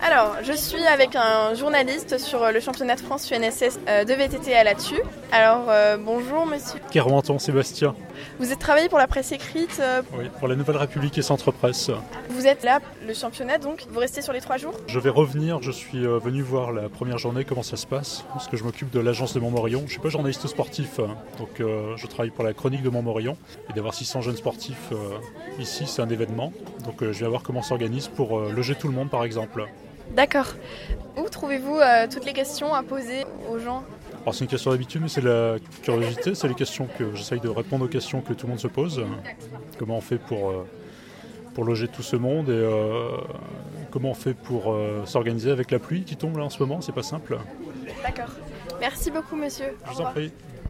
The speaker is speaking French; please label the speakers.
Speaker 1: Alors, je suis avec un journaliste sur le championnat de France UNSS euh, de VTT à la TU. Alors, euh, bonjour monsieur.
Speaker 2: Kerwanton, Sébastien.
Speaker 1: Vous êtes travaillé pour la presse écrite. euh,
Speaker 2: Oui, pour la Nouvelle République et Centre Presse.
Speaker 1: Vous êtes là, le championnat donc. Vous restez sur les trois jours
Speaker 2: Je vais revenir, je suis euh, venu voir la première journée, comment ça se passe, parce que je m'occupe de l'agence de Montmorillon. Je suis pas journaliste sportif, hein, donc euh, je travaille pour la chronique de Montmorillon. Et d'avoir 600 jeunes sportifs euh, ici, c'est un événement. Donc euh, je vais voir comment s'organise pour euh, loger tout le monde, par exemple.
Speaker 1: D'accord. Où trouvez-vous euh, toutes les questions à poser aux gens
Speaker 2: Alors c'est une question d'habitude, mais c'est la curiosité, c'est les questions que j'essaye de répondre aux questions que tout le monde se pose. Comment on fait pour, euh, pour loger tout ce monde et euh, comment on fait pour euh, s'organiser avec la pluie qui tombe là en ce moment, c'est pas simple.
Speaker 1: D'accord. Merci beaucoup monsieur. Au
Speaker 2: Je vous en
Speaker 1: revoir.
Speaker 2: prie.